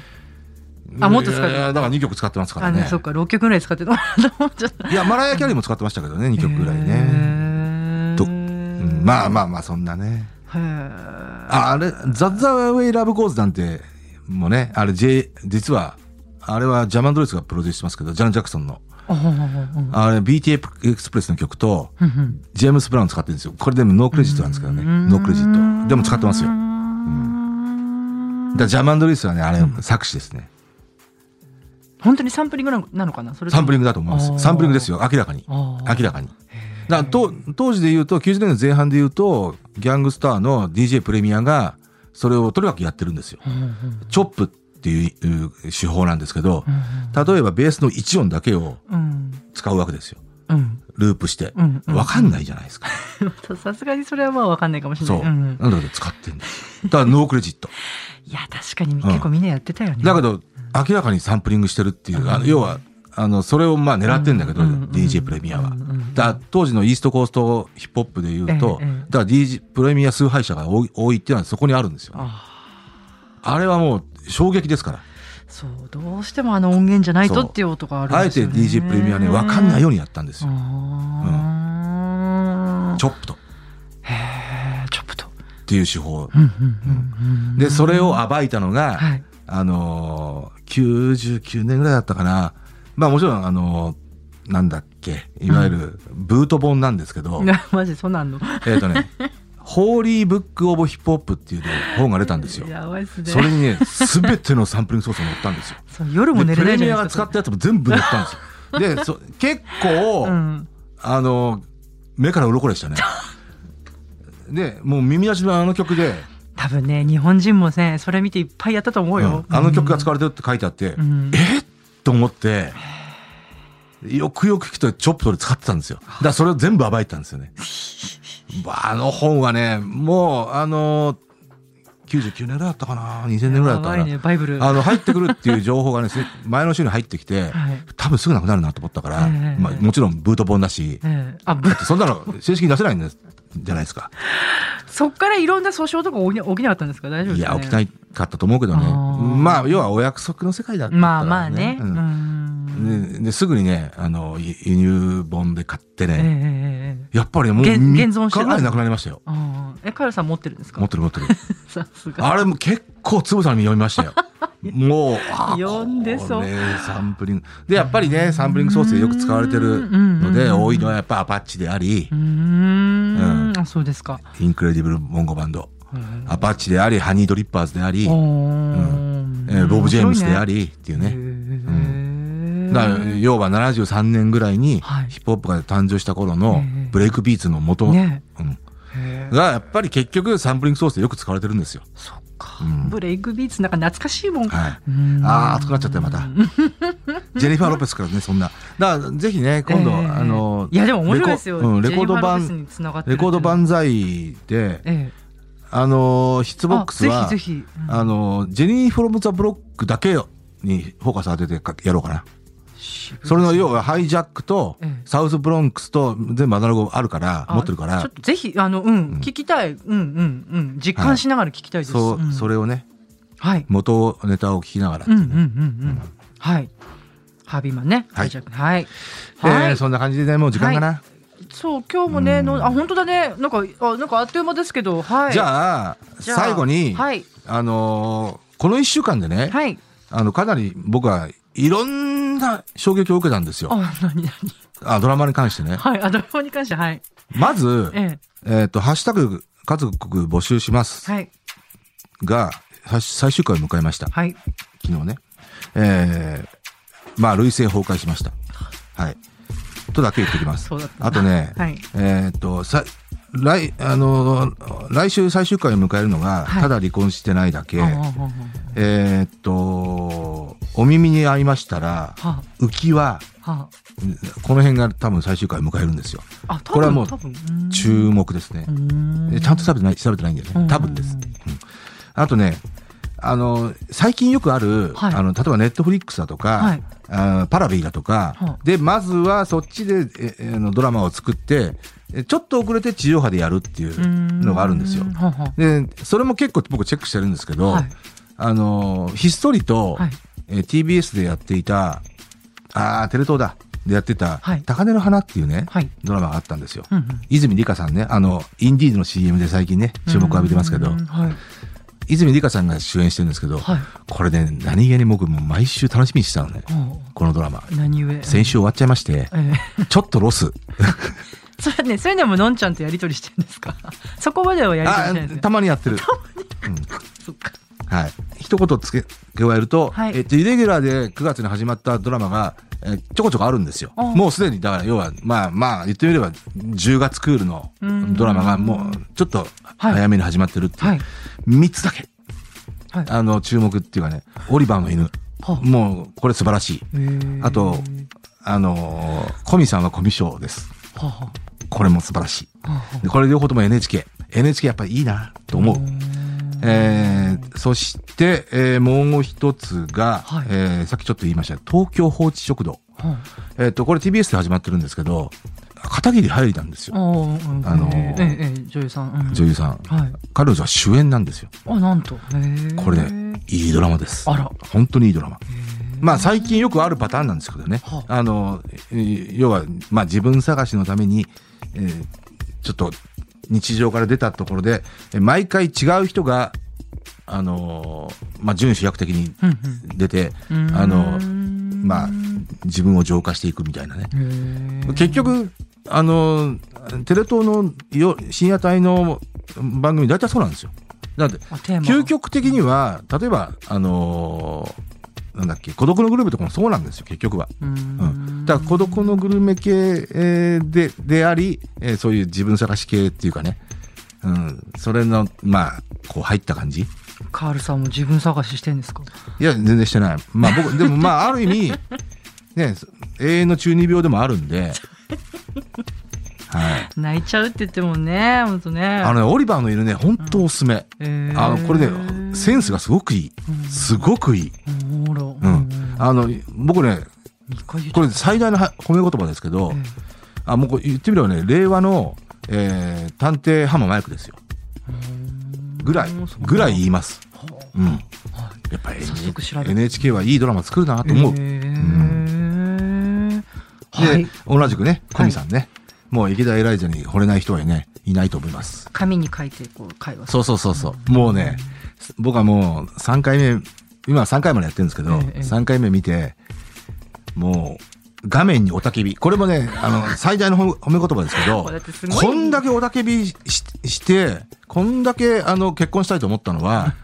Speaker 1: あもっと使って
Speaker 2: いやいやだから2曲使ってますか
Speaker 1: あ
Speaker 2: ら
Speaker 1: の
Speaker 2: ね。
Speaker 1: そっか六曲ぐらい使ってた ちょっと
Speaker 2: いや、マライア・キャリーも使ってましたけどね、2曲ぐらいね。とうんまあまあまあ、そんなね。
Speaker 1: あ
Speaker 2: ああれ、ザ・ザ・ウェイ・ラブ・コーズなんて、もね、あれ、J、実は、あれはジャマン・ドレスがプロデュースしてますけど、ジャン・ジャクソンの。
Speaker 1: あほんほんほんほん
Speaker 2: あれ、BT エクスプレスの曲と、
Speaker 1: ふんふん
Speaker 2: ジェームス・ブラウン使ってるんですよ。これでもノークレジットなんですけどね。
Speaker 1: うん
Speaker 2: ノークレジット。でも使ってますよ。だか
Speaker 1: うん
Speaker 2: らジャマン・ドレスはね、あれ、作詞ですね。
Speaker 1: 本当にサンプリングなのなのかなそれと
Speaker 2: サ
Speaker 1: も
Speaker 2: ンプリングだと思いま
Speaker 1: あー
Speaker 2: す。サンプリングですよ、明らかに。
Speaker 1: あー
Speaker 2: 明らかに。だからと当時で言うと90年代前半で言うとギャングスターの DJ プレミアがそれをとにかくやってるんですよ。
Speaker 1: うんうんうん
Speaker 2: チョップっていうう手法なんですけど例えばベースの1音だけを
Speaker 1: うん
Speaker 2: 使うわけですよ
Speaker 1: うん
Speaker 2: ループして
Speaker 1: うんうん
Speaker 2: わかんないじゃないですか。
Speaker 1: うんさすがにそれはまあわかんないかもしれな
Speaker 2: そ、
Speaker 1: いうん
Speaker 2: なんだけど使ってんだよだからノークレジット。
Speaker 1: いや確かに結構みんなやってたよね
Speaker 2: だけど明らかにサンプリングしてるっていうあの要はあのそれをまあ狙ってんだけど、
Speaker 1: うんうんうん
Speaker 2: DJ プレミア
Speaker 1: う
Speaker 2: は。
Speaker 1: んうん
Speaker 2: だから当時のイーストコーストヒップホップで言うと、
Speaker 1: ええええ
Speaker 2: だから DJ プレミア崇拝者が多い多いっていうのはそこにあるんですよね、
Speaker 1: あ
Speaker 2: あれはもう衝撃ですから。
Speaker 1: ーそうどうしてもあの音源じゃないと
Speaker 2: そう
Speaker 1: っていう音がある
Speaker 2: あえて DJ プレミアね、わかんない
Speaker 1: よ
Speaker 2: ようにやったんですよ。
Speaker 1: あー
Speaker 2: チョップとっ
Speaker 1: へーちょっと
Speaker 2: ていう手法。
Speaker 1: うんうんうんうん
Speaker 2: で、それを暴いたのが、
Speaker 1: はい
Speaker 2: あのー、99年ぐらいだったかな。まあもちろん、あのーなんだっけ、いわゆるブート本なんですけど、
Speaker 1: な マジそんなんあんの
Speaker 2: えっとね、ホーリーブック・オブ・ヒップホップっていうね本が出たんですよ。
Speaker 1: やばいっすね
Speaker 2: それにね、すべてのサンプリングソースが載ったんですよ。
Speaker 1: そう夜も
Speaker 2: で
Speaker 1: 寝
Speaker 2: プ
Speaker 1: れな
Speaker 2: レ
Speaker 1: いじ
Speaker 2: ミ
Speaker 1: ゃ
Speaker 2: ア
Speaker 1: ない
Speaker 2: が
Speaker 1: です
Speaker 2: 使っ
Speaker 1: か
Speaker 2: たやつも全部載ったんで すよ。で、そ結構、
Speaker 1: うん
Speaker 2: あの、目から鱗 でしたね。で、もう耳なしのあの曲で、
Speaker 1: 多分ね日本人もねそれ見ていっぱいやったと思うよ、
Speaker 2: うんあの曲が使われてるって書いてあって、
Speaker 1: ん
Speaker 2: えっと思って、よくよく聞くとチョップトで使ってたんですよ。だからそれを全部暴いたんですよ ね。あの本はね、もう、あの、99年ぐらいだったかな ?2000 年ぐらいだったか
Speaker 1: やば
Speaker 2: な、
Speaker 1: いねバイブル
Speaker 2: あの、入ってくるっていう情報がね、す前の週に入ってきて、
Speaker 1: はい
Speaker 2: 多分すぐなくなるなと思ったから、
Speaker 1: ええ
Speaker 2: まあ、もちろんブート本だし、
Speaker 1: ええあぶ
Speaker 2: そんなの正式に出せないんですじゃないですか。
Speaker 1: そっからいろんな訴訟とか起き起きなかったんですか大丈夫
Speaker 2: い
Speaker 1: ですか、
Speaker 2: や、
Speaker 1: ね、
Speaker 2: 起きなかったと思うけどね。
Speaker 1: あー
Speaker 2: まあ、要はお約束の世界だったから、ね。
Speaker 1: まあまあね。
Speaker 2: う
Speaker 1: うんん
Speaker 2: でですぐにねあの輸輸入本で買って
Speaker 1: えええ
Speaker 2: ね、
Speaker 1: えええ
Speaker 2: やっぱりもう
Speaker 1: 現
Speaker 2: 3
Speaker 1: 現存して
Speaker 2: 日ぐらいなくなりましたよ
Speaker 1: ああえカエルさん持ってるんです
Speaker 2: 持
Speaker 1: か
Speaker 2: ってる持ってる
Speaker 1: さすが。
Speaker 2: あれも結構つぶさに読みまし たよもうあー
Speaker 1: 読んでそう
Speaker 2: これサンプリングでやっぱりねサンプリングソースでよく使われてるの
Speaker 1: うんうんうん
Speaker 2: で
Speaker 1: うん
Speaker 2: 多いのはやっぱアパッチであり
Speaker 1: うーん、あそうですか。
Speaker 2: インクレディブルモンゴバンド
Speaker 1: うん
Speaker 2: アパッチでありハニードリッパーズであり、
Speaker 1: うん
Speaker 2: えーボブ・ジェームスであ。りっていう
Speaker 1: 面白い
Speaker 2: ね
Speaker 1: ねへえ
Speaker 2: だから要は73年ぐらいにヒ
Speaker 1: はい
Speaker 2: ップホップが誕生した頃の
Speaker 1: ええ
Speaker 2: ブレイクビーツの元、
Speaker 1: ね
Speaker 2: うん、
Speaker 1: へえ
Speaker 2: がやっぱり結局サンプリングソースでよく使われてるんですよ。
Speaker 1: そっか、
Speaker 2: うん
Speaker 1: ブレイクビーツなんか懐かしいもん。
Speaker 2: はい。
Speaker 1: うん
Speaker 2: あー熱くなっちゃったよまた。ジェニファー・ロペスからねそんな。だからぜひね今度、
Speaker 1: ええ
Speaker 2: あの
Speaker 1: いやでも面白いですよ。
Speaker 2: レコ,、うん、レコード
Speaker 1: ジェニファロペス
Speaker 2: 版
Speaker 1: に繋がってる
Speaker 2: レ
Speaker 1: ってい
Speaker 2: コー
Speaker 1: う
Speaker 2: ド
Speaker 1: の
Speaker 2: 版財で、
Speaker 1: ええ
Speaker 2: あのヒッツボックスは
Speaker 1: あぜひぜひうん
Speaker 2: あのジェニー・フロム・ザ・ブロックだけにフォーカス当ててかやろうかな。それの要はハイジャックと
Speaker 1: ええ
Speaker 2: サウスブロンクスと全部アナログあるから
Speaker 1: あ
Speaker 2: 持ってるか
Speaker 1: ちょ
Speaker 2: ら
Speaker 1: っとぜひあのうん、聞きたいうんうんうん実感しながら聞きたいです。
Speaker 2: そう、
Speaker 1: ん
Speaker 2: それをね
Speaker 1: はい。
Speaker 2: 元ネタを聞きながらって
Speaker 1: う
Speaker 2: い
Speaker 1: ん
Speaker 2: う
Speaker 1: う
Speaker 2: ね
Speaker 1: んうんうん。はい。ハービーマンね。
Speaker 2: はい
Speaker 1: ハイジャックはい。
Speaker 2: えー
Speaker 1: はい。
Speaker 2: そんな感じでねもう時間かな。
Speaker 1: そう今日もねのあ本当だねなんかあなんかあっという間ですけどはい。
Speaker 2: じゃあ
Speaker 1: じゃあ
Speaker 2: 最後に、
Speaker 1: はい
Speaker 2: あのーこの1週間でね、
Speaker 1: はい。
Speaker 2: あのかなり僕はいろんな衝撃を受けたんですよ
Speaker 1: あ何何
Speaker 2: あドラマに関してね
Speaker 1: はいあドラマに関してはい
Speaker 2: まず「えっ
Speaker 1: え
Speaker 2: とハッシュタグ家族募集します
Speaker 1: えはい
Speaker 2: が」さ最終回を迎えました
Speaker 1: はい
Speaker 2: 昨日ねえーまあ累性崩壊しましたはいとだけ言ってきます
Speaker 1: そうだった
Speaker 2: あとね、
Speaker 1: はい
Speaker 2: えーっとさ来あのー来週最終回を迎えるのが、
Speaker 1: はい
Speaker 2: ただ離婚してないだけ、
Speaker 1: ああああ
Speaker 2: えーっと、お耳に合いましたら、
Speaker 1: あは
Speaker 2: 浮きは、
Speaker 1: あは
Speaker 2: うんこの辺が多分最終回を迎えるんですよ。
Speaker 1: ああ多分
Speaker 2: これはもう
Speaker 1: 多分うん
Speaker 2: 注目ですね
Speaker 1: う。ん
Speaker 2: えちゃんと調べてない、調べてないんだよ
Speaker 1: う
Speaker 2: ね。
Speaker 1: ん
Speaker 2: 多分です。うんあとね、あの、最近よくある、
Speaker 1: はい
Speaker 2: あの、例えばネットフリックスだと
Speaker 1: は
Speaker 2: か
Speaker 1: い、
Speaker 2: あーパラビーだと
Speaker 1: は
Speaker 2: か、で、まずはそっちでええあのドラマを作って、えちょっと遅れて地上波でやるっていうのがあるんですよ
Speaker 1: う。はあは
Speaker 2: で、それも結構僕チェックしてるんですけど、
Speaker 1: はい
Speaker 2: あの、ひっそりと、
Speaker 1: はい
Speaker 2: えー TBS でやっていた、あーテレ東だ、でやってた、
Speaker 1: はい
Speaker 2: 高根の花っていうね、
Speaker 1: はい
Speaker 2: ドラマがあったんですよ。
Speaker 1: うんうん
Speaker 2: 泉里香さんね、あの、インディーズの CM で最近ね、注目を浴びてますけど
Speaker 1: うん、はい
Speaker 2: 泉里香さんが主演してるんですけど、
Speaker 1: はい
Speaker 2: これね、何気に僕もう毎週楽しみにしてたのね、
Speaker 1: あ
Speaker 2: このドラマ
Speaker 1: あ。何故
Speaker 2: 先週終わっちゃいまして、
Speaker 1: ええ
Speaker 2: ちょっとロス。
Speaker 1: それね、それでものんちゃんとやりとりしてるんですか。 そこまではやりとりし
Speaker 2: あ
Speaker 1: てないんです
Speaker 2: た
Speaker 1: ね。
Speaker 2: まにやってる。
Speaker 1: そっか
Speaker 2: はい、一言つけ加えると、
Speaker 1: はい
Speaker 2: えっと、イレギュラーで9月に始まったドラマが、えーちょこちょこあるんですよ。
Speaker 1: あ
Speaker 2: もうすでに、だから要は、まあまあ、言ってみれば、10月クールの
Speaker 1: うん
Speaker 2: ドラマがもう、ちょっと
Speaker 1: はい
Speaker 2: 早めに始まってるっていう。
Speaker 1: はい
Speaker 2: 3つだけ、
Speaker 1: はい
Speaker 2: あの、注目っていうかね、オリバーの犬。
Speaker 1: はあ
Speaker 2: もう、これ素晴らしい。
Speaker 1: へえ
Speaker 2: あと、あのーコミさんはコミショです。
Speaker 1: はあは
Speaker 2: これも素晴らし
Speaker 1: あはあ
Speaker 2: い。でこれ両方とも NHK。NHK やっぱりいいなと思う。えーそして、えーもう一つが、
Speaker 1: はい
Speaker 2: えーさっきちょっと言いました、東京放置食堂。
Speaker 1: はあ
Speaker 2: えっ、と、これ TBS で始まってるんですけど、片桐入りなんです
Speaker 1: あ
Speaker 2: よ。
Speaker 1: ー
Speaker 2: あのー
Speaker 1: ええええ女優さん、うん
Speaker 2: 女優さん。
Speaker 1: はい
Speaker 2: 彼女は主演なんですよ。
Speaker 1: あなんとへえ
Speaker 2: これね、いいドラマです。
Speaker 1: あら
Speaker 2: 本当にいいドラマ。まあ最近よくあるパターンなんですけどね。
Speaker 1: は
Speaker 2: あの、えー要は、まあ自分探しのために、えーちょっと日常から出たところで、えー毎回違う人が、あのーまあ準主役的に
Speaker 1: うん
Speaker 2: 出て、
Speaker 1: うん
Speaker 2: あの
Speaker 1: うー、ん
Speaker 2: まあ自分を浄化していくみたいなね。
Speaker 1: へえ
Speaker 2: 結局、あの、テレ東のよ深夜帯の番組、大体そうなんですよ。だって、
Speaker 1: あテーマ
Speaker 2: 究極的には、例えば、あのーなんだっけ、孤独のグルメとかもそうなんですよ、結局は。
Speaker 1: うーん
Speaker 2: うん、だから孤独のグルメ系えーでであり、えーそういう自分探し系っていうかね、うん、それのまあこう入った感じい
Speaker 1: カールさんも自分探ししてんですか
Speaker 2: や全然してないまあ僕でも まあある意味ね永遠の中二病でもあるんで、 はい、
Speaker 1: 泣いちゃうって言ってもね本当ね
Speaker 2: あのねオリバーの犬ね本当おすすめ、
Speaker 1: へえ
Speaker 2: あのこれねセンスがすごくいいすごくいい、
Speaker 1: うんほらう
Speaker 2: うん、あの僕ね
Speaker 1: 二回言っちゃ
Speaker 2: こ
Speaker 1: っ
Speaker 2: れ最大のは褒め言葉ですけど、
Speaker 1: ええ
Speaker 2: あもうこれ言ってみればね令和のえー探偵ハママイクですよ。ぐらい
Speaker 1: うんそう、なんだ
Speaker 2: ぐらい言います。
Speaker 1: ほう
Speaker 2: うん。
Speaker 1: は
Speaker 2: やっぱり
Speaker 1: 早速調べて
Speaker 2: NHK はいいドラマ作るなと思う。
Speaker 1: へ
Speaker 2: で、
Speaker 1: ーはい。
Speaker 2: 同じくね、コミさんね、もう池田エライザに惚れない人はいね、いないと思います。
Speaker 1: 紙に書いてこう会話する
Speaker 2: そうそうそうそう。もうね、僕はもう3回目、今3回までやってるんですけど、
Speaker 1: ええ
Speaker 2: 3回目見て、もう、画面におたけび。これもね、あの、最大の褒め褒め言葉ですけ ど
Speaker 1: これってす、ごい
Speaker 2: こんだけおたけびしして、こんだけ、あの、結婚したいと思ったの は、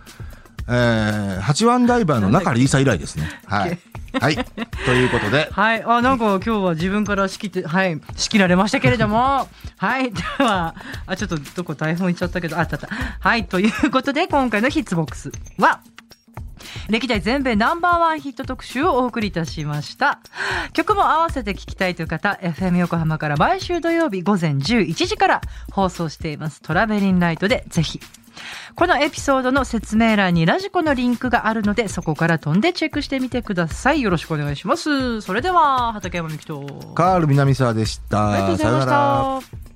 Speaker 2: えー、八番ダイバーの中里依紗以来ですね。はい。はい。ということで、
Speaker 1: はい、あ、なんか今日は自分から仕切って、はい、仕切られましたけれども。 はい、では、あ、ちょっとどこ台本行っちゃったけど、ああったあった。はい、ということで、今回のヒッツボックスは。歴代全米ナンバーワンヒット特集をお送りいたしました曲も合わせて聴きたいという方 FM 横浜から毎週土曜日午前11時から放送しています「トラベリンライト」でぜひこのエピソードの説明欄にラジコのリンクがあるのでそこから飛んでチェックしてみてくださいよろしくお願いしますそれでは畠山美希と
Speaker 2: カール南沢でし
Speaker 1: ありがとうございました